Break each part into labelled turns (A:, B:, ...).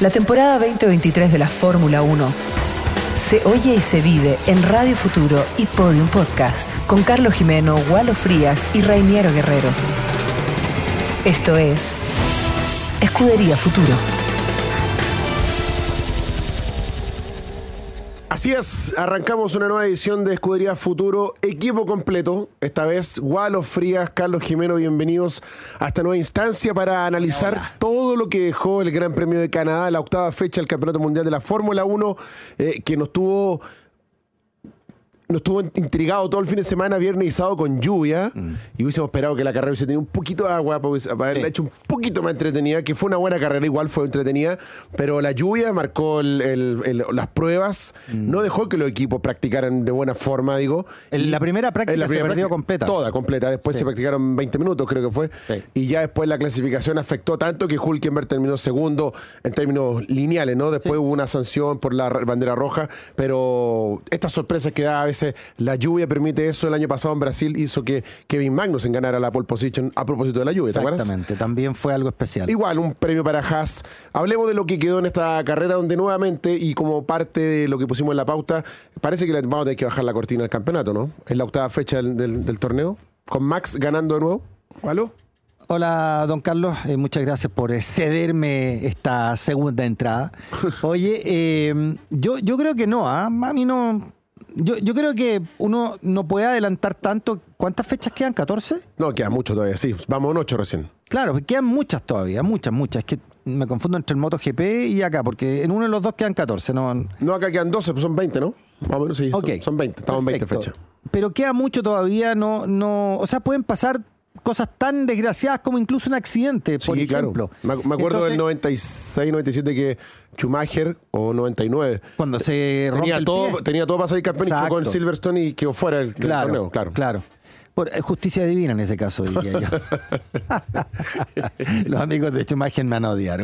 A: La temporada 2023 de la Fórmula 1 se oye y se vive en Radio Futuro y Podium Podcast con Carlos Jimeno, Gualo Frías y Rainiero Guerrero. Esto es Escudería Futuro.
B: Así es, arrancamos una nueva edición de Escudería Futuro, equipo completo, esta vez Gualo Frías, Carlos Jimeno, bienvenidos a esta nueva instancia para analizar todo lo que dejó el Gran Premio de Canadá, la octava fecha del Campeonato Mundial de la Fórmula 1, eh, que nos tuvo nos estuvo intrigado todo el fin de semana, viernes y sábado, con lluvia.
C: Mm.
B: Y hubiésemos esperado que la carrera hubiese tenido un poquito de agua para hubiese- para haberla hecho un poquito más entretenida, que fue una buena carrera, igual fue entretenida. Pero la lluvia marcó el- el- el- las pruebas, no dejó que los equipos practicaran de buena forma, digo.
C: Mm. En
B: Y-
C: la primera práctica se perdió completa.
B: Toda completa. Después
C: Sí.
B: se practicaron 20 minutos, creo que fue.
C: Sí.
B: Y ya después la clasificación afectó tanto que Hulkenberg terminó segundo en términos lineales, ¿no? Después hubo una sanción por la r- bandera roja, pero estas sorpresas que da a veces la lluvia permite eso. El año pasado en Brasil hizo que Kevin Magnussen ganara la pole position a propósito de la lluvia, ¿te acuerdas?
C: Exactamente, también fue algo especial.
B: Igual, un premio para Haas. Hablemos de lo que quedó en esta carrera, donde nuevamente, y como parte de lo que pusimos en la pauta, parece que le vamos a tener que bajar la cortina del campeonato, ¿no? En la octava fecha del, del- del torneo, con Max ganando de nuevo.
D: ¿Aló?
C: Hola, don Carlos, eh, muchas gracias por eh, cederme esta segunda entrada. Oye, eh, yo, yo creo que no, ¿ah? a mí no... Yo, yo creo que uno no puede adelantar tanto. ¿Cuántas fechas quedan? ¿14?
B: No, queda mucho todavía, sí. Vamos en ocho recién.
C: Claro, pues quedan muchas todavía, muchas, muchas. Es que me confundo entre el MotoGP y acá, porque en uno de los dos quedan 14, ¿no?
B: No, acá quedan 12, pues son 20, ¿no? Más o menos, sí. son-
C: Ok.
B: Son, 20, estamos en 20
C: Perfecto.
B: fechas.
C: Pero queda mucho todavía, no, no, o sea, pueden pasar cosas tan desgraciadas como incluso un accidente, por
B: sí,
C: ejemplo.
B: claro. Me, ac- me acuerdo del
C: Entonces,
B: 96, 97 que Schumacher, o 99,
C: cuando se rompe
B: tenía
C: el
B: todo,
C: pie.
B: tenía todo para salir campeón y chocó en
C: Exacto.
B: Silverstone y quedó fuera del, del
C: claro,
B: torneo, claro.
C: claro. Por, eh, justicia divina en ese caso, diría yo. Los amigos de Schumacher me van a odiar.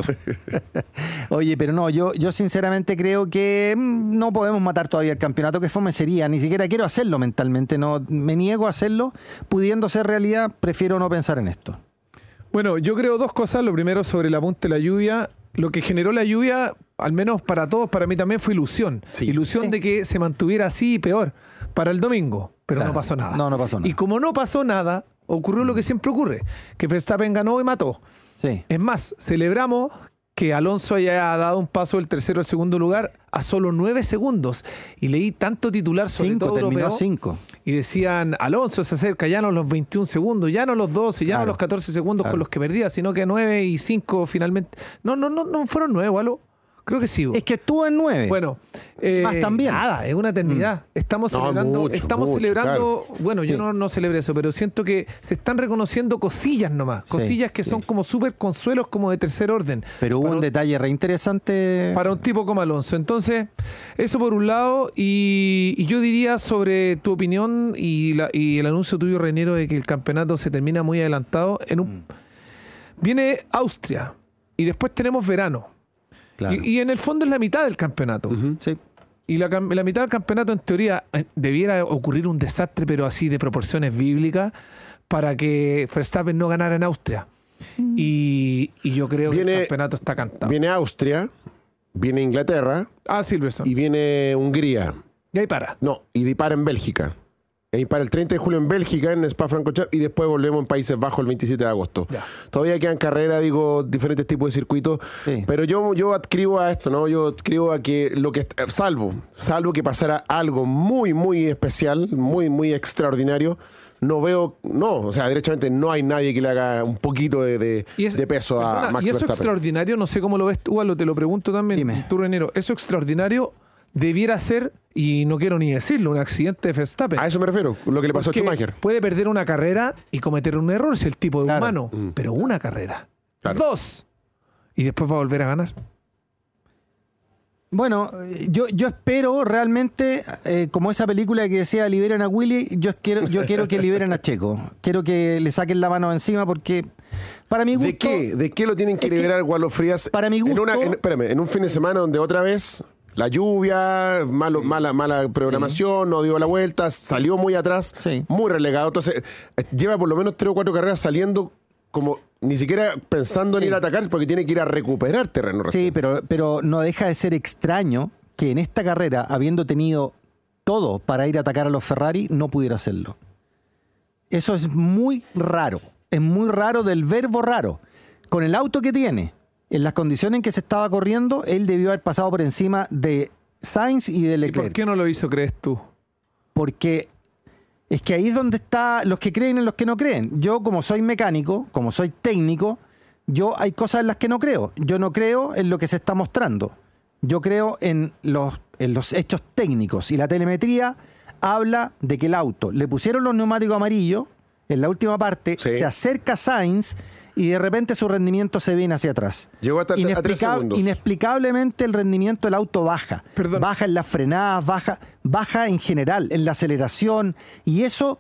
C: Oye, pero no, yo, yo sinceramente creo que mm, no podemos matar todavía el campeonato, que sería Ni siquiera quiero hacerlo mentalmente, no me niego a hacerlo. Pudiendo ser realidad, prefiero no pensar en esto.
D: Bueno, yo creo dos cosas. Lo primero sobre el apunte de la lluvia. Lo que generó la lluvia, al menos para todos, para mí también fue ilusión.
B: Sí.
D: Ilusión de que se mantuviera así y peor para el domingo. Pero
C: Claro.
D: no pasó nada.
C: No, no pasó nada. Mm.
D: Y como no pasó nada, ocurrió lo que siempre ocurre, que Verstappen ganó y mató.
C: Sí.
D: Es más, celebramos que Alonso haya dado un paso del tercero al segundo lugar a solo nueve segundos. Y leí tanto titular sobre
C: Cinco,
D: todo
C: terminó
D: europeo,
C: cinco.
D: Y decían, Alonso se acerca ya no a los 21 segundos, ya no a los 12, ya no a
C: Claro.
D: los 14 segundos
C: Claro.
D: con los que perdía, sino que 9 y 5 finalmente. No, no, no, no fueron 9, ¿aló? Creo que sí. bo.
C: Es que estuvo en nueve.
D: Bueno, eh,
C: Más también. Mm.
D: Nada, es una eternidad. Estamos
B: No,
D: celebrando,
B: mucho,
D: estamos
B: mucho,
D: celebrando, bueno, yo
C: Sí.
D: no, no celebro eso, pero siento que se están reconociendo cosillas nomás,
C: Sí,
D: cosillas que
C: sí.
D: son como súper consuelos como de tercer orden.
C: pero hubo
D: para,
C: un detalle reinteresante.
D: para un tipo como Alonso. Entonces, eso por un lado, y, y yo diría sobre tu opinión y, la- y el anuncio tuyo, Reinero, de que el campeonato se termina muy adelantado. En un, Viene Austria y después tenemos verano.
C: Claro.
D: Y, y en el fondo es la mitad del campeonato.
C: Sí.
D: Y la, cam- la mitad del campeonato, en teoría, eh, debiera ocurrir un desastre, pero así de proporciones bíblicas, para que Verstappen no ganara en Austria. Y, y yo creo que
B: Viene-
D: el campeonato está cantado.
B: Viene Austria, viene Inglaterra
D: Ah, Silverstone.
B: y
D: Y,
B: viene Hungría.
D: ahí para.
B: No, y dispara en Bélgica. Y para el 30 de julio en Bélgica, en Spa francorchamps y después volvemos en Países Bajos el 27 de agosto.
D: Ya.
B: Todavía quedan carreras, digo, diferentes tipos de circuitos.
C: Sí.
B: Pero yo, yo adscribo a esto, ¿no? Yo adscribo a que lo que, salvo, salvo que pasara algo muy, muy especial, muy, muy extraordinario, no veo, no, o sea, derechamente no hay nadie que le haga un poquito de, de-
D: Y es-
B: de peso a
D: perdona,
B: Max
D: Y eso
B: Verstappen.
D: extraordinario, no sé cómo lo ves tú, Alo, te lo pregunto también,
C: Dime.
D: tú, Renero. Eso extraordinario debiera ser, y no quiero ni decirlo, un accidente de Verstappen.
B: A eso me refiero, lo que le pasó
D: Porque
B: a Schumacher.
D: Puede perder una carrera y cometer un error si el tipo de
C: Claro.
D: humano, pero una carrera.
B: Mm. Claro.
D: Dos. Y después va a volver a ganar.
C: Bueno, eh, yo, yo espero realmente, eh, como esa película que decía liberen a Willy, yo quiero, yo quiero que liberen a Checo. Quiero que le saquen la mano encima porque para mi gusto...
B: ¿De qué? ¿De qué lo tienen que
C: Es que,
B: liberar Gualo Frías?
C: para mi gusto-
B: En, una- en- espérame, en un fin de semana donde otra vez la lluvia, malo- mala, mala programación, no dio la vuelta, salió muy atrás,
C: Sí.
B: muy relegado. Entonces, eh, lleva por lo menos tres o cuatro carreras saliendo como ni siquiera pensando en ir a atacar porque tiene que ir a recuperar terreno recién.
C: Sí, pero, pero no deja de ser extraño que en esta carrera, habiendo tenido todo para ir a atacar a los Ferrari, no pudiera hacerlo. Eso es muy raro. Es muy raro del verbo raro. Con el auto que tiene, en las condiciones en que se estaba corriendo, él debió haber pasado por encima de Sainz y de
D: ¿Y por
C: Leclerc.
D: qué no lo hizo, crees tú?
C: Porque es que ahí es donde está los que creen en los que no creen. Yo, como soy mecánico, como soy técnico, yo hay cosas en las que no creo. Yo no creo en lo que se está mostrando. Yo creo en los, en los hechos técnicos. Y la telemetría habla de que el auto le pusieron los neumáticos amarillos en la última parte,
B: Sí.
C: se acerca Sainz y de repente su rendimiento se viene hacia atrás.
B: Llegó hasta- a tres
C: Inexplica-
B: segundos.
C: Inexplicablemente el rendimiento del auto baja.
D: Perdón.
C: Baja en las frenadas, baja, baja en general, en la aceleración. Y eso,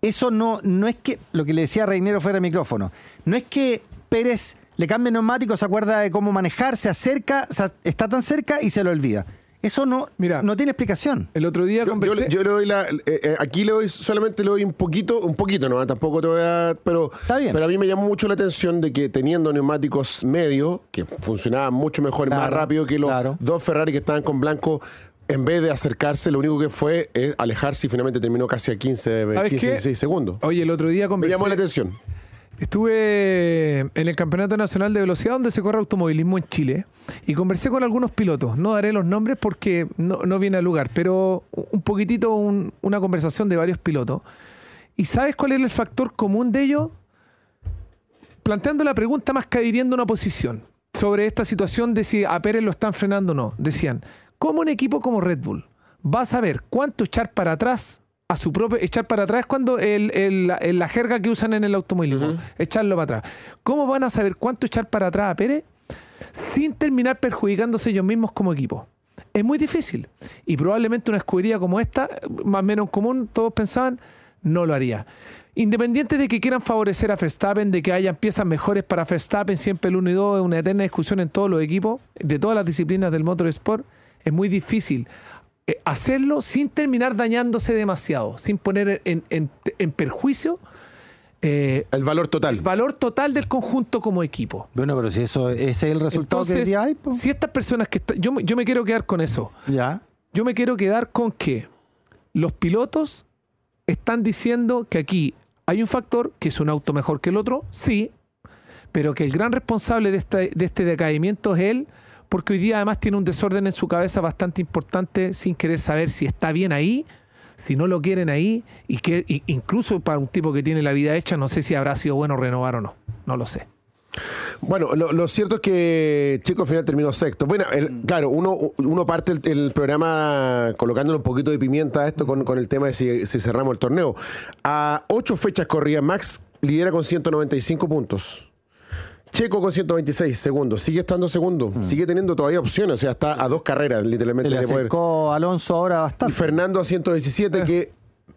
C: eso no, no es que, lo que le decía Reinero fuera de micrófono, no es que Pérez le cambie neumático, se acuerda de cómo manejar, se acerca, se a- está tan cerca y se lo olvida. Eso no,
D: Mira.
C: no tiene explicación.
D: El otro día
B: Yo, yo
D: conversé.
B: le- yo le doy la. eh, eh, aquí le doy, solamente le doy un poquito, un poquito, ¿no? Tampoco te voy a. Pero,
C: Está bien.
B: pero a mí me llamó mucho la atención de que teniendo neumáticos medios, que funcionaban mucho mejor y más
C: Claro,
B: rápido que los
C: claro.
B: dos Ferrari que estaban con blanco, en vez de acercarse, lo único que fue es alejarse y finalmente terminó casi a 15,
D: ¿Sabes
B: 15
D: qué?
B: 16 segundos.
D: Oye, el otro día
B: Me
D: conversé.
B: llamó la atención.
D: Estuve en el Campeonato Nacional de Velocidad donde se corre automovilismo en Chile y conversé con algunos pilotos. No daré los nombres porque no, no viene al lugar, pero un poquitito un- una conversación de varios pilotos. ¿Y sabes cuál era el factor común de ellos? Planteando la pregunta más que adhiriendo una posición sobre esta situación de si a Pérez lo están frenando o no. Decían, ¿cómo un equipo como Red Bull va a saber cuánto echar para atrás a su propio... Echar para atrás cuando el, el- la, el- la jerga que usan en el automovilismo, echarlo para atrás. ¿Cómo van a saber cuánto echar para atrás a Pérez sin terminar perjudicándose ellos mismos como equipo. Es muy difícil. Y probablemente una escudería como esta, más o menos común, todos pensaban, no lo haría. Independiente de que quieran favorecer a Verstappen, de que hayan piezas mejores para Verstappen, siempre el 1 y 2 es una eterna discusión en todos los equipos, de todas las disciplinas del motorsport, es muy difícil eh, hacerlo sin terminar dañándose demasiado, sin poner en, en- en perjuicio eh,
B: El valor total.
D: el valor total del conjunto como equipo.
C: Bueno, pero si eso ese es el resultado que hoy
D: Entonces,
C: día hay, pues,
D: si estas personas que están. Yo, me- yo me quiero quedar con eso.
C: ya.
D: Yo me quiero quedar con que los pilotos están diciendo que aquí hay un factor que es un auto mejor que el otro, sí, pero que el gran responsable de este, de este decaimiento es él, porque hoy día además tiene un desorden en su cabeza bastante importante sin querer saber si está bien ahí, si no lo quieren ahí, y que y- incluso para un tipo que tiene la vida hecha, no sé si habrá sido bueno renovar o no. No lo sé.
B: Bueno, lo, lo cierto es que Chico al final terminó sexto. Bueno, el-
C: Mm.
B: claro, uno, uno parte el, el programa colocándole un poquito de pimienta a esto con, con el tema de si, si cerramos el torneo. A ocho fechas corría Max, lidera con 195 puntos. Checo con 126 segundos, sigue estando segundo, sigue teniendo todavía opciones, o sea, está a dos carreras
C: Mm. Se
B: literalmente
C: le
B: de poder.
C: acercó Alonso ahora
B: Y
C: bastante.
B: Fernando a 117 que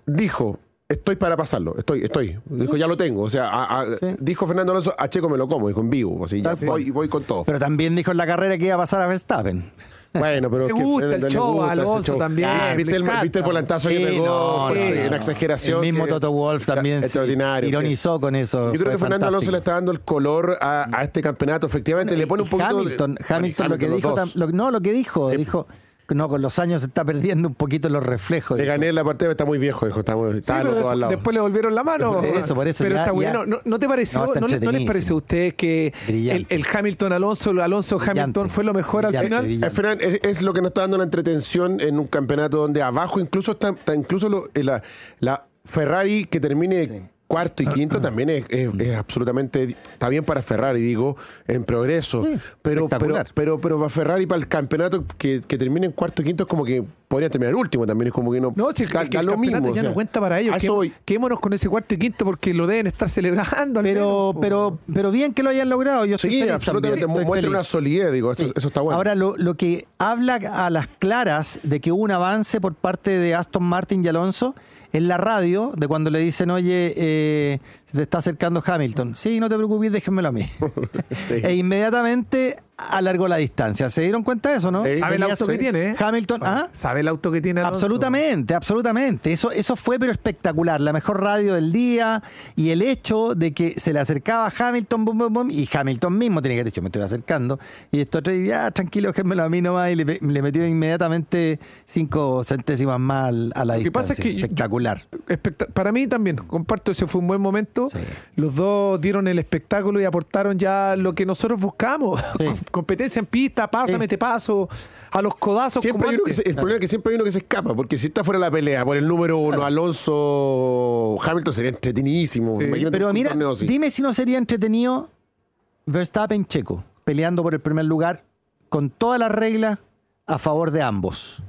B: dijo, estoy para pasarlo, estoy, estoy. Dijo, ya lo tengo. O sea, a- a- dijo Fernando Alonso, a Checo me lo como, dijo en vivo. pues, Así, ya
C: Tal cual.
B: voy, voy con todo.
C: Pero también dijo en la carrera que iba a pasar a Verstappen.
B: bueno, pero...
D: Le
B: es que
D: gusta el
B: Fernando le
D: show a
B: gusta ese
D: Alonso también,
B: Ah,
D: le
B: ¿Viste, el,
D: encanta.
B: viste el volantazo
C: Sí,
B: que pegó?
C: no,
B: Fue
C: no,
B: una
C: no, no.
B: exageración.
C: El mismo
B: que-
C: Toto Wolf también se
B: Extraordinario.
C: ironizó con eso,
B: Yo creo
C: fue
B: que Fernando Alonso
C: fantástico.
B: le está dando el color a, a este campeonato. Efectivamente, le pone un
C: Y
B: poquito... de-
C: Hamilton,
B: Bueno,
C: Hamilton lo que
B: los
C: dijo,
B: dos. Eh,
C: tam- lo- no, lo que dijo, dijo, no, con los años se está perdiendo un poquito los reflejos.
B: Le
C: dijo.
B: gané la parte, está muy viejo, dijo. Está, muy- está
D: pero
B: los dos
D: despu-
B: al lado.
D: después le volvieron la mano.
C: Por eso, por eso,
D: Pero
C: ya-
D: está
C: ya-
D: bueno. No, no te pareció,
C: No,
D: no,
C: está
D: le- no les
C: entretenidísimo.
D: pareció a ustedes que el,
C: Brillante.
D: el Hamilton Alonso, el Alonso
C: Brillante,
D: Hamilton fue lo mejor al
C: brillante,
D: final?
C: brillante.
B: Al final, Eh, es, es lo que nos está dando la entretención en un campeonato donde abajo incluso está, está incluso lo- eh, la, la Ferrari que termine cuarto
D: Ah,
B: y quinto también es, es-
D: Mm.
B: es absolutamente está bien para Ferrari digo en progreso pero, pero
C: espectacular.
B: pero pero para Ferrari para el campeonato que, que termine en cuarto y quinto es como que podría terminar último también es como que no
D: No, si el,
B: da-
D: el- el
B: da lo
D: campeonato
B: mismo, o
D: ya
B: sea,
D: no cuenta para ellos.
B: a
D: que-
B: eso voy.
D: Quedémonos con ese cuarto y quinto porque lo deben estar celebrando. al menos,
C: pero,
D: po.
C: pero, pero bien que lo hayan logrado. Yo estoy
B: sí
C: feliz
B: absolutamente
C: también,
B: mu-
C: estoy
B: muestra
C: feliz.
B: una solidez digo eso, eso está bueno
C: Ahora, lo, lo que habla a las claras de que hubo un avance por parte de Aston Martin y Alonso en la radio, de cuando le dicen, oye, eh,
D: eh,
C: se te está acercando Hamilton. Sí, no te preocupes, déjenmelo a mí.
B: Sí.
C: E inmediatamente alargó la distancia. ¿Se dieron cuenta de eso, no?
B: Sí.
D: Sabe el
C: Venía
D: auto que
C: se-
D: tiene, ¿eh?
C: Hamilton, ¿ah?
D: ¿Sabe el auto que tiene Alonso?
C: Absolutamente, absolutamente. Eso, eso fue pero espectacular. La mejor radio del día y el hecho de que se le acercaba a Hamilton, bum, bum, bum, y Hamilton mismo tiene que haber dicho, me estoy acercando. Y esto otro ya, tranquilo, déjenmelo a mí nomás. Y le, pe- le metió inmediatamente cinco centésimas más al- a la
D: Lo que
C: distancia.
D: pasa es que yo-
C: espectacular.
D: Especta- Para mí también, comparto, ese fue un buen momento.
C: Sí.
D: Los dos dieron el espectáculo y aportaron ya lo que nosotros buscamos. Com- Competencia en pista, pásame
C: Sí.
D: este paso, a los codazos.
B: Siempre
D: como
B: hay uno que
D: antes.
B: se- el problema es que siempre hay uno que se escapa, porque si está fuera de la pelea por el número uno, Alonso Hamilton sería entretenidísimo.
D: Sí.
B: Imagínate
C: Pero
B: un
C: mira,
B: torneo así.
C: dime si no sería entretenido Verstappen Checo peleando por el primer lugar con todas las reglas a favor de ambos.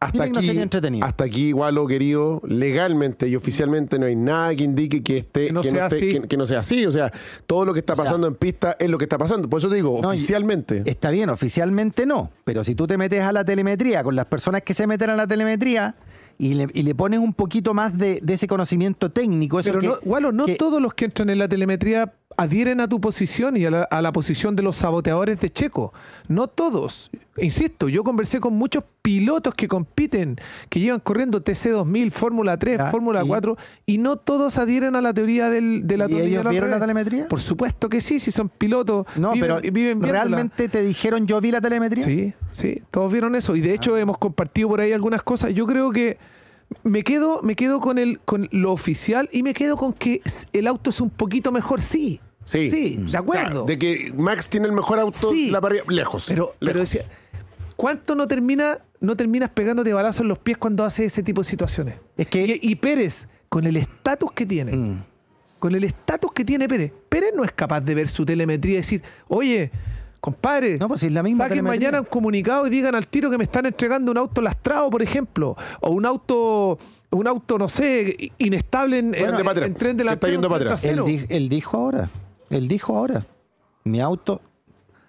B: hasta
C: dime que no
B: aquí,
C: sería entretenido.
B: hasta aquí, Gualo, querido, legalmente y oficialmente no hay nada que indique que esté
D: Que no sea
B: esté-
D: así.
B: que- que no sea así. O sea, todo lo que está
C: sea-
B: pasando en pista es lo que está pasando. Por eso te digo,
C: No, y-
B: oficialmente.
C: Está bien, oficialmente no, pero si tú te metes a la telemetría con las personas que se meten a la telemetría y le, y le pones un poquito más de, de ese conocimiento técnico, eso
D: Pero
C: que-
D: no, Gualo, no
C: que-
D: todos los que entran en la telemetría adhieren a tu posición y a la, a la posición de los saboteadores de Checo. No todos. Insisto, yo conversé con muchos pilotos que compiten, que llevan corriendo TC2000, Fórmula 3,
C: Ya,
D: Fórmula
C: y-
D: 4, y no todos adhieren a la teoría del, de la
C: ¿Y ellos
D: al
C: vieron la
D: revés.
C: telemetría?
D: Por supuesto que sí, si son pilotos.
C: No,
D: viven-
C: pero
D: viven viéndola.
C: realmente te dijeron yo vi la telemetría.
D: Sí, sí, todos vieron eso. Y de
B: Ah.
D: hecho hemos compartido por ahí algunas cosas. Yo creo que me quedo, me quedo con el, con lo oficial y me quedo con que s- el auto es un poquito mejor, sí.
B: Sí. Mm.
D: de acuerdo.
B: O sea, de que Max tiene el mejor auto
D: Sí.
B: de la parrilla. Lejos.
D: pero, pero
B: lejos.
D: decía, ¿cuánto no termina, no terminas pegándote balazos en los pies cuando haces ese tipo de situaciones?
C: Es que- Mm.
D: y, y Pérez, con el estatus que tiene, con el estatus que tiene Pérez, Pérez no es capaz de ver su telemetría y decir, oye, compadre,
C: No, pues si es la misma
D: saquen
C: telemetría.
D: mañana un comunicado y digan al tiro que me están entregando un auto lastrado, por ejemplo, o un auto, un auto, no sé, i- inestable en,
B: Bueno,
D: en-
B: de para
D: en
B: atrás,
D: tren
B: que
D: delantero,
B: está yendo
D: en
B: para
D: tren
B: atrás.
C: Él,
D: trasero.
C: di- él dijo ahora, él dijo ahora, mi auto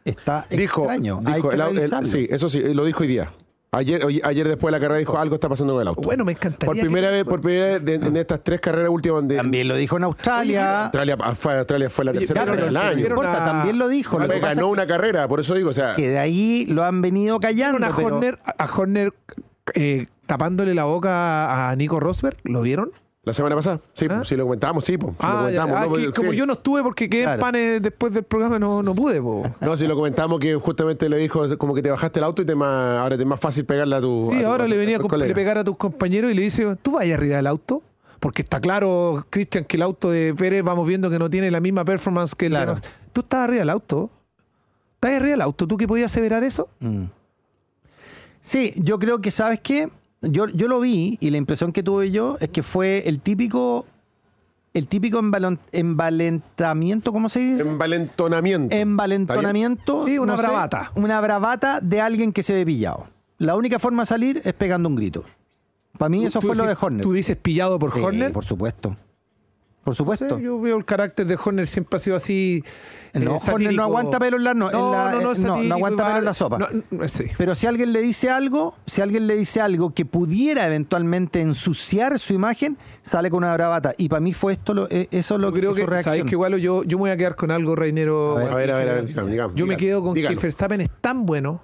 C: está
B: dijo,
C: extraño. hay
B: dijo
C: que
B: el au- el-
C: revisarlo".
B: sí, eso sí, lo dijo hoy día. Ayer, oye, ayer después de la carrera dijo algo está pasando con el auto.
D: Bueno, me encantaría
B: Por
D: que- Ah.
B: primera vez, por primera vez de- en estas tres carreras últimas donde
C: También lo dijo en Australia.
B: Australia ah, fue, Australia fue la
D: Oye,
B: tercera
C: Ya,
D: pero-
B: carrera del
C: pero no
B: año.
D: pero-
C: importa,
D: una-
C: también lo dijo. Lo
B: Ganó
C: que pasa es
B: una carrera, por eso digo, o sea,
C: que de ahí lo han venido
D: ¿Vieron
C: callando.
D: a
C: pero-
D: Horner, a Horner eh, tapándole la boca a Nico Rosberg? ¿Lo vieron?
B: la semana pasada, sí,
D: ¿Ah?
B: sí lo comentamos, sí, po, lo
D: Ah, ya,
B: comentamos.
D: ah,
B: no,
D: que
B: pero-
D: como
B: sí.
D: yo no estuve porque quedé en
C: Claro.
D: panes después del programa, no, no pude. po.
B: No, si lo comentamos que justamente le dijo como que te bajaste el auto y te más, ahora te es más fácil pegarle a tu.
D: Sí,
B: a tu-
D: ahora le
B: a
D: venía a
B: tu
D: comp-
B: colega.
D: le pegar a tus compañeros y le dice, tú vas arriba del auto. Porque está claro, Cristian, que el auto de Pérez vamos viendo que no tiene la misma performance que el de
C: Claro.
D: nos- Tú estás arriba del auto. ¿Estás arriba del auto? ¿Tú que podías aseverar eso?
C: Sí, yo creo que, ¿sabes qué? Yo, yo lo vi y la impresión que tuve yo es que fue el típico, el típico embalon- envalentamiento, ¿cómo se dice?
B: Envalentonamiento.
C: Envalentonamiento.
D: Sí, una
C: no
D: bravata.
C: una bravata de alguien que se ve pillado. La única forma de salir es pegando un grito. Para mí eso
D: Tú
C: fue lo de
D: dices-
C: Horner.
D: ¿Tú dices pillado por
C: Sí,
D: Horner?
C: Por supuesto. Por
D: Sí,
C: supuesto.
D: yo veo el carácter de Horner siempre ha sido así. eh,
C: No, Horner no
D: satírico.
C: aguanta pelo en la no- en la- eh, no, no
D: satírico,
C: aguanta
D: va-
C: pelo en la sopa.
D: no, no, sí.
C: Pero si alguien le dice algo, si alguien le dice algo que pudiera eventualmente ensuciar su imagen, sale con una bravata. Y para mí fue esto lo, eh, eso lo
D: Yo creo
C: su
D: que,
C: reacción.
D: sabéis que igual yo, yo me voy a quedar con algo, Reinero.
C: A ver,
B: A ver, a ver, a ver, digamos, digamos,
D: Yo me
B: dígalo,
D: quedo con
B: dígalo.
D: que Verstappen es tan bueno,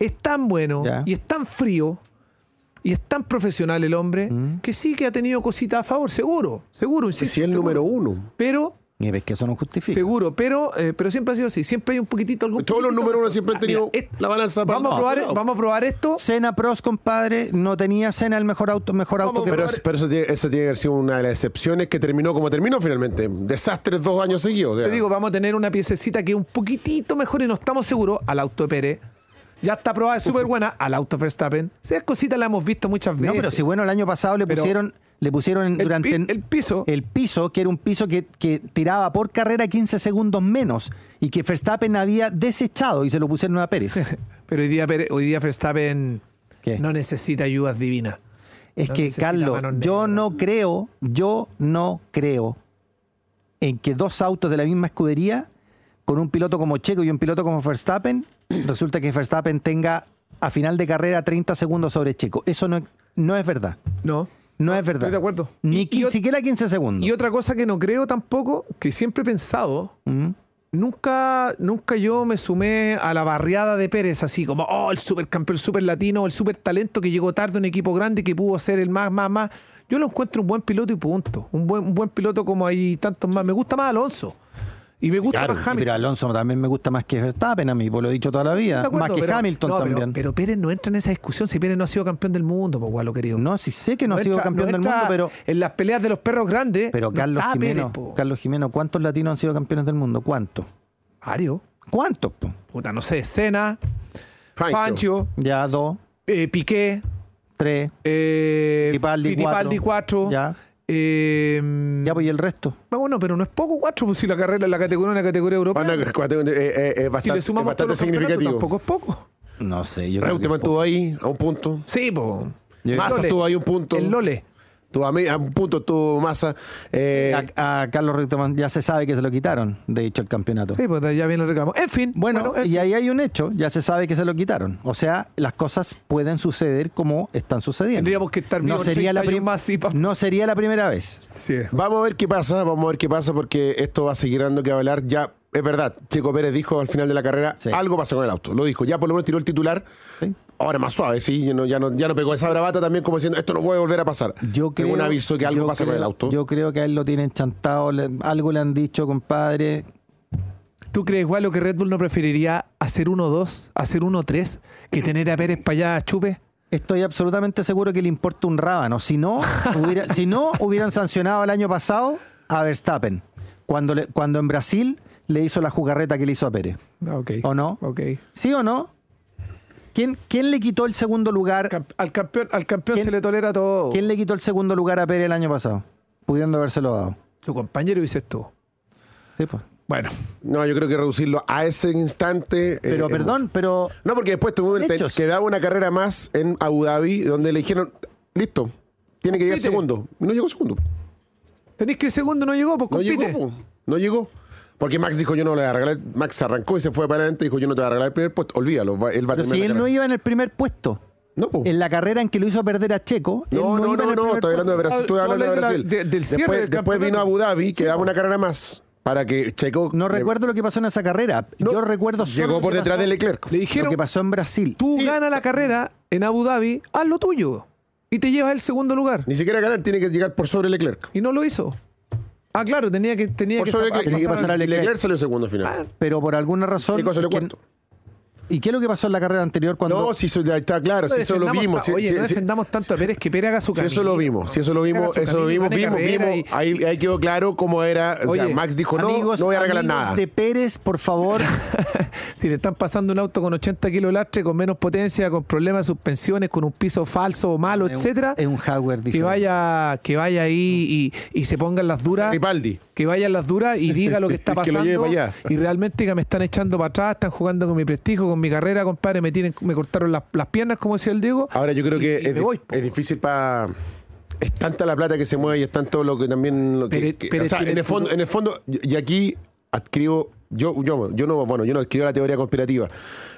D: es tan bueno
C: Ya.
D: y es tan frío y es tan profesional el hombre que sí que ha tenido cositas a favor, seguro, seguro.
B: Y
D: insisto,
B: si es Mm. el número
D: seguro.
B: uno.
D: Pero,
C: Y ves que eso no justifica.
D: seguro, pero, eh, pero siempre ha sido así. Siempre hay un poquitito, algún
B: Todos los
D: poquitito
B: número uno
D: mejor.
B: siempre han
D: Ah, mira,
B: tenido
D: et-
B: la balanza para
D: vamos, a
B: para
D: probar,
B: su lado.
D: vamos a probar esto.
C: Cena Pros, compadre, no tenía Cena el mejor auto, mejor auto que
B: Pero,
C: Prost.
B: pero eso, tiene, eso tiene que haber sido una de las excepciones que terminó como terminó finalmente. Desastres dos años seguidos. o sea.
D: Te digo, vamos a tener una piececita que es un poquitito mejor y no estamos seguros al auto de Pérez. Ya está probada, es súper buena al auto Verstappen. Esas cositas las hemos visto muchas veces.
C: No, pero si bueno, el año pasado le
D: Pero-
C: pusieron, le pusieron
D: pi-
C: durante
D: el piso.
C: el piso, que era un piso que, que tiraba por carrera 15 segundos menos y que Verstappen había desechado y se lo pusieron a Pérez.
D: Pero hoy día, Pérez- hoy día Verstappen
C: ¿Qué?
D: no necesita ayudas divinas.
C: Es
D: No
C: que,
D: necesita
C: Carlos,
D: manos
C: yo
D: negras.
C: no creo, yo no creo en que dos autos de la misma escudería, con un piloto como Checo y un piloto como Verstappen, resulta que Verstappen tenga a final de carrera 30 segundos sobre Checo. Eso no, no es verdad.
D: No.
C: No es verdad.
D: estoy de acuerdo.
C: Ni
D: Y- y
C: quin-
D: ot-
C: siquiera 15 segundos. Mm.
D: Y otra cosa que no creo tampoco, que siempre he pensado, Nunca, nunca yo me sumé a la barriada de Pérez, así como, oh, el supercampeón, el super latino, el super talento que llegó tarde, un equipo grande que pudo ser el más, más, más. Yo lo encuentro un buen piloto y punto. Un buen, un buen piloto como hay tantos más. Me gusta más Alonso. Y me gusta
C: Claro,
D: más
C: sí,
D: Hamilton.
C: pero Alonso también me gusta más que Verstappen a mí, por lo he dicho toda la vida.
D: De acuerdo,
C: más que
D: pero-
C: Hamilton
D: no, pero-
C: también.
D: Pero, Pérez no entra en esa discusión si Pérez no ha sido campeón del mundo, pues gualo querido.
C: no, sí sé que no, ha sido
D: entra-
C: campeón
D: no
C: del
D: entra
C: mundo, pero,
D: En las peleas de los perros grandes.
C: pero
D: no
C: Carlos
D: está Pérez,
C: Jimeno,
D: po.
C: Carlos Jimeno, ¿cuántos latinos han sido campeones del mundo? ¿Cuántos?
D: Ario.
C: ¿Cuántos? po?
D: Puta, no sé. Cena,
B: Fangio.
D: Fancho,
C: Ya dos,
D: eh, Piqué,
C: tres,
D: eh,
C: Fittipaldi,
D: Fittipaldi, cuatro.
C: ya,
D: Eh,
C: ya pues y el resto.
D: Bueno, pero no es poco cuatro, pues si la carrera la categoría es una categoría europea.
B: Van a- eh, eh, eh, es
D: si
B: bastante,
D: le
B: es
D: sumamos todos
B: bastante
D: los campeonatos,
B: significativo.
D: tampoco es poco.
C: No sé, yo
B: Reus te
C: creo que-
B: mantuvo ahí a un punto.
D: Sí, po.
C: Yo-
D: El
B: Massa
D: Lole.
B: estuvo ahí un punto.
D: El Lole.
B: Estuvo a, me- a un punto estuvo Massa. Eh,
C: a, a Carlos Reutemann ya se sabe que se lo quitaron, de hecho, el campeonato.
D: Sí, pues de allá viene el reclamo. En fin.
C: Bueno,
D: en-
C: y ahí hay un hecho, ya se sabe que se lo quitaron. O sea, las cosas pueden suceder como están sucediendo.
D: Tendríamos que estar
C: no
D: vivos
C: sería, la
D: 31
C: prim-
D: más, sí, pa-
C: no sería la primera vez.
D: Sí.
B: Vamos a ver qué pasa, vamos a ver qué pasa porque esto va a seguir dando que hablar. Ya, es verdad, Checo Pérez dijo al final de la carrera,
C: Sí.
B: algo pasa con el auto. Lo dijo, ya por lo menos tiró el titular.
C: Sí.
B: Ahora más suave, sí, ya no, ya, no, ya no pegó esa bravata también como diciendo, esto no puede volver a pasar.
C: Yo creo,
B: Es un aviso que algo
C: yo
B: pasa con
C: creo-
B: el auto.
C: Yo creo que a él lo tienen chantado, le- algo le han dicho, compadre.
D: ¿Tú crees, Gualo, que Red Bull no preferiría hacer 1-2, hacer 1-3, que tener a Pérez para allá a chupe?
C: Estoy absolutamente seguro que le importa un rábano. Si no, hubiera- si no hubieran sancionado el año pasado a Verstappen, cuando, le- cuando en Brasil le hizo la jugarreta que le hizo a Pérez.
D: ok.
C: ¿O no?
D: Ok.
C: ¿Sí o no? ¿Quién, quién le quitó el segundo lugar?
D: Camp- Al campeón, al campeón
C: ¿Quién-
D: se le tolera todo.
C: ¿Quién le quitó el segundo lugar a Pérez el año pasado? Pudiendo habérselo dado.
D: Su compañero dices tú.
C: Sí,
B: Eh,
C: pues.
D: Bueno,
B: No, yo creo que reducirlo a ese instante. eh,
C: Pero
B: es
C: perdón, pero
B: No, porque después tuvo un- te-
C: Hechos.
B: quedaba una carrera más en Abu Dhabi donde le dijeron, listo, tiene que llegar
D: Compite.
B: segundo. Y no llegó segundo.
D: tenéis que el segundo no llegó, pues
B: No
D: compite.
B: llegó, po. no llegó. Porque Max dijo, yo no le voy a regalar. Max se arrancó y se fue para adelante y dijo, yo no te voy a regalar el primer puesto. Olvídalo, va- él va a
C: pero
B: terminar.
C: si
B: la
C: él no
B: carrera.
C: iba en el primer puesto,
B: No, po.
C: en la carrera en que lo hizo perder a Checo, él
B: no, no,
C: iba en
B: no,
C: el
B: no,
C: primer
B: estoy hablando de Brasil.
D: puesto.
B: Estoy hablando de
D: Habla de la-
B: Brasil.
D: de- del cierre
B: después,
D: del
B: después vino
D: campeonato.
B: Abu Dhabi, quedaba una carrera más para que Checo.
C: No
B: le-
C: recuerdo lo que pasó en esa carrera.
B: No,
C: Yo recuerdo solo
B: Llegó
C: lo
B: por
C: que
B: detrás
C: pasó-
B: de Leclerc.
D: Le
C: Lo
D: dijeron,
C: que pasó en Brasil.
D: tú
B: Sí.
D: gana la carrera en Abu Dhabi, haz lo tuyo. Y te llevas el segundo lugar.
B: Ni siquiera ganar, tiene que llegar por sobre Leclerc.
D: Y no lo hizo. Ah, claro, tenía que, tenía
B: Por
D: que,
B: sobre
D: zapa-
B: Leclerc.
C: tenía que pasar a
B: Leclerc.
C: Leclerc.
B: salió segundo al final.
C: Pero por alguna razón.
B: Checo salió
C: es que-
B: cuarto.
C: ¿Y qué es lo que pasó en la carrera anterior cuando.?
B: No, si eso ya está claro,
D: No
B: si eso lo
D: defendamos
B: vimos.
D: ta-
B: si-
D: Oye,
B: si-
D: no
B: si-
D: defendamos tanto a Pérez que Pérez haga su
B: Si
D: camino.
B: eso lo vimos, si eso lo vimos,
D: Haga su
B: eso lo
D: camino,
B: vimos,
D: gane
B: vimos,
D: carrera
B: vimos.
D: y-
B: Ahí, ahí quedó claro cómo era. o sea,
D: Oye,
B: Max dijo, no,
C: amigos,
B: no voy a regalar
C: amigos
B: nada.
C: de Pérez, por favor.
D: Si le están pasando un auto con 80 kilos de lastre, con menos potencia, con problemas de suspensiones, con un piso falso o malo,
C: Es un-
D: etcétera,
C: es un hardware
D: que
C: diferente.
D: vaya, que vaya ahí y, y se pongan las duras.
B: Ripaldi.
D: Que vayan las duras y diga lo que está
B: Que lo
D: pasando.
B: lleve para allá.
D: Y realmente que me están echando para atrás, están jugando con mi prestigio, con mi carrera, compadre. Me tienen, me cortaron las, las piernas, como decía el Diego.
B: Ahora yo creo
D: y-
B: que
D: y
B: es,
D: me
B: di-
D: voy, po.
B: es difícil para... Es tanta la plata que se mueve y es tanto lo que también... Lo que,
D: Pero-
B: que-
D: pero
B: o sea,
D: tiene
B: en el
D: el
B: fondo,
D: futuro-
B: en el fondo y y aquí adquiero... Yo, yo, yo no, bueno, yo no escribo la teoría conspirativa.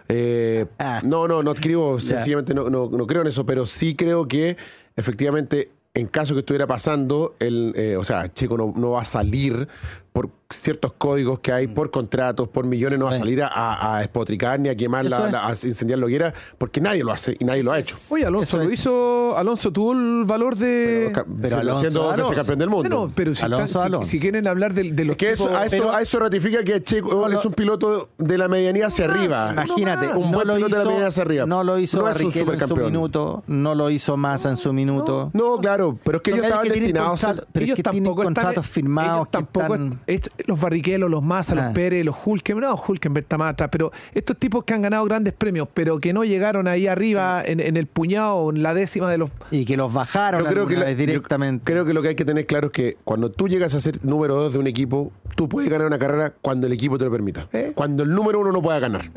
B: Eh,
C: Ah.
B: no, no, no escribo, sencillamente no, no, no creo en eso, pero sí creo que efectivamente en caso que estuviera pasando, el, eh, o sea, Checo no, no va a salir por ciertos códigos que hay, por contratos, por millones, no va a
C: Sí.
B: salir a, a- a espotricar ni a quemar,
C: Eso
B: la,
C: es.
B: la- a incendiar la hoguera, porque nadie lo hace y nadie lo ha hecho.
D: Oye, Alonso
C: Eso
D: lo
C: es.
D: hizo. Alonso tuvo el valor de.
B: Ca-
C: pero
B: siendo-
C: Alonso,
B: siendo dos veces
C: Alonso.
B: campeón del mundo.
D: Bueno, pero si,
C: Alonso,
D: están- si-
C: Alonso.
D: si quieren hablar de, de los
B: que eso,
D: tipos-
B: a, eso,
D: pero-
B: a eso ratifica que Checo es un piloto de la medianía hacia arriba.
C: Imagínate,
B: un buen
C: no, lo
B: piloto de la
C: hizo,
B: medianía hacia arriba.
C: no lo hizo
B: No es un
C: Barrichello en su
B: supercampeón.
C: minuto, no lo hizo Massa en su minuto.
B: No, claro, pero es que
C: Son
B: ellos
C: gallos
B: estaban
C: que tienen
B: destinados a ser-
C: contrato. Pero es que tienen contratos firmados
D: ellos
C: que
D: tampoco
C: están-
D: es- es- los Barrichello, los Massa,
C: Ah.
D: los Pérez, los Hulkenberg, no, Hulkenberg está más atrás, pero estos tipos que han ganado grandes premios, pero que no llegaron ahí arriba en, en el puñado, o en la décima de los
C: Y que los bajaron
B: Yo creo, que
C: alguna
B: la-
C: vez
B: yo
C: directamente.
B: creo que lo que hay que tener claro es que cuando tú llegas a ser número dos de un equipo, tú puedes ganar una carrera cuando el equipo te lo permita.
D: ¿Eh?
B: Cuando el número uno no pueda ganar.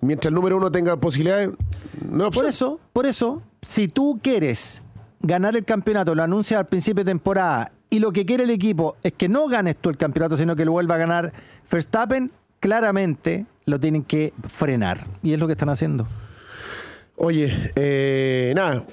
B: Mientras el número uno tenga posibilidades, no hay opción.
C: Por eso, por eso, si tú quieres ganar el campeonato, lo anuncias al principio de temporada y lo que quiere el equipo es que no ganes tú el campeonato, sino que lo vuelva a ganar Verstappen, claramente lo tienen que frenar. Y es lo que están haciendo.
B: Oye, eh, nada.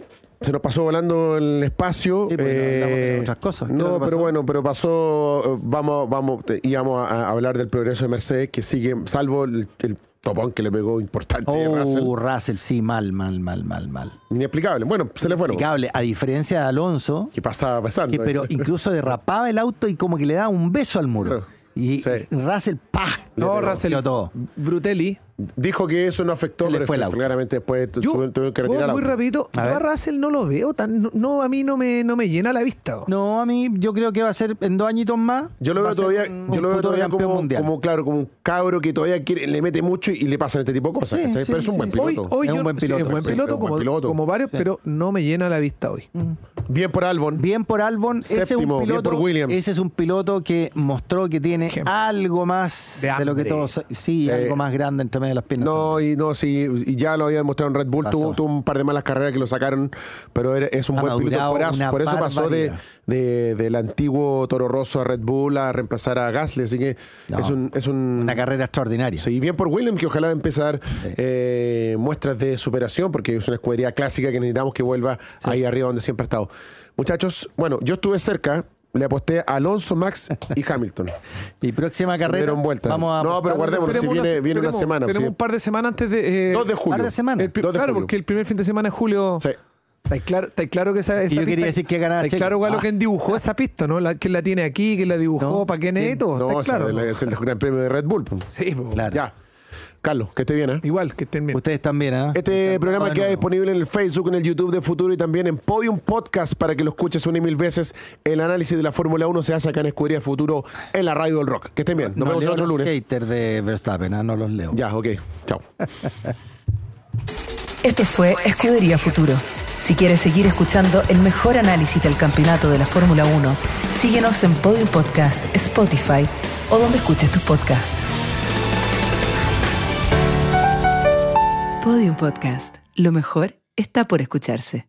B: se nos pasó volando el espacio.
C: Sí, pues,
B: eh,
C: hablamos de otras cosas. ¿Qué es lo
B: No,
C: que
B: pero
C: pasó?
B: bueno, pero pasó. eh, Vamos, vamos, te- íbamos a, a hablar del progreso de Mercedes, que sigue, salvo el, el topón que le pegó importante
C: Oh,
B: Russell.
C: Russell, sí, mal, mal, mal, mal, mal.
B: Inexplicable. Bueno, se le fueron.
C: Impecable. A diferencia de Alonso,
B: Que pasaba pasando.
C: que pero incluso derrapaba el auto y como que le daba un beso al muro.
B: Claro.
C: Y
B: Sí.
C: Russell, ¡pah! Le
D: No,
C: pegó,
D: Russell.
C: tiró todo.
D: Brutelli.
B: Dijo que eso no afectó,
C: Se le
B: pero
C: fue el auto.
B: claramente después tu-
D: Yo,
B: tu- tuvieron que retirar
D: oh,
B: el
D: muy
B: auto.
D: rapidito,
C: A
D: yo a
C: ver.
D: Russell no lo veo tan. no- No, a mí no me, no me llena la vista. bo.
C: No, a mí yo creo que va a ser en dos añitos más.
B: Yo lo veo
C: va a ser
B: todavía,
C: un-
B: yo
C: un
B: lo veo
C: futuro
B: todavía
C: campeón
B: como,
C: mundial.
B: como, claro, como un cabro que todavía quiere- le mete mucho y le pasan este tipo de cosas.
C: Sí,
B: ¿cachai?
C: sí,
B: pero es un
C: sí,
B: buen
C: sí.
D: Hoy,
B: piloto.
D: hoy
C: Es
D: yo-
C: un buen
D: sí,
C: piloto.
D: es buen
B: Sí,
D: piloto,
B: es un
D: como,
B: buen piloto.
D: como varios, pero no me llena la vista hoy.
C: Mm.
B: Bien por Albon.
C: Bien por Albon, ese es
B: Séptimo,
C: un
B: bien
C: piloto,
B: por Williams.
C: ese es un piloto que mostró que tiene
D: Ejemplo.
C: algo más
D: De
C: de, lo que
D: hambre.
C: todos, sí,
B: Eh,
C: algo más grande entre medio de las piernas.
B: No, y no, sí, y ya lo había demostrado en Red Bull.
C: Pasó.
B: Tuvo, tuvo un par de malas carreras que lo sacaron, pero era- es un
C: Ha
B: buen piloto.
C: madurado
B: Por, as-
C: una
B: por eso pasó de,
C: barbaridad.
B: de- del antiguo Toro Rosso a Red Bull a reemplazar a Gasly. Así que
C: No,
B: es un. Es un
C: Una carrera extraordinaria.
B: Sí, y bien por Williams, que ojalá empiece a dar eh, muestras de superación, porque es una escudería clásica que necesitamos que vuelva ahí arriba donde siempre ha estado. Muchachos, bueno, yo estuve cerca, le aposté a Alonso, Max y Hamilton.
C: Y próxima
B: Se
C: carrera.
B: dieron vuelta.
C: Vamos a
B: No, pero
C: apostar-
B: guardémoslo, si
D: Tenemos
B: viene,
D: unas-
B: viene una
D: tenemos-
B: semana.
D: Tenemos
B: sí.
D: un par de semanas antes de. eh,
B: 2 de julio.
C: par de semanas.
D: el pri-
B: 2 de
D: claro,
B: julio.
D: porque el primer fin de semana es julio.
B: Sí.
D: Está ahí claro, está ahí claro que esa, esa
C: yo
D: pista-
C: quería decir que ganaba
D: Está ahí
C: Checo.
D: claro Galo
C: Ah.
D: quién dibujó esa pista, ¿no? La, quién la tiene aquí, quién la dibujó,
C: No,
D: para quién es y
C: Oh,
D: todo.
B: No,
D: está
B: o sea,
D: claro.
B: el-
D: ¿no?
B: es el gran premio de Red Bull. pues. po.
D: Sí, po.
C: Claro.
B: Ya. Carlos, que esté bien, ¿eh?
D: Igual, que estén bien.
C: Ustedes también, ¿ah?
B: Este programa
C: Bueno,
B: queda disponible en el Facebook, en el YouTube de Futuro y también en Podium Podcast para que lo escuches una y mil veces. El análisis de la Fórmula 1 se hace acá en Escudería Futuro en la radio del rock. Que estén bien. Nos
C: no
B: vemos el
C: leo
B: otro
C: los
B: lunes.
C: haters de Verstappen, ¿ah? no los leo.
B: Ya, ok. Chao.
A: Esto fue Escudería Futuro. Si quieres seguir escuchando el mejor análisis del campeonato de la Fórmula 1, síguenos en Podium Podcast, Spotify o donde escuches tus podcasts. Podium Podcast. Lo mejor está por escucharse.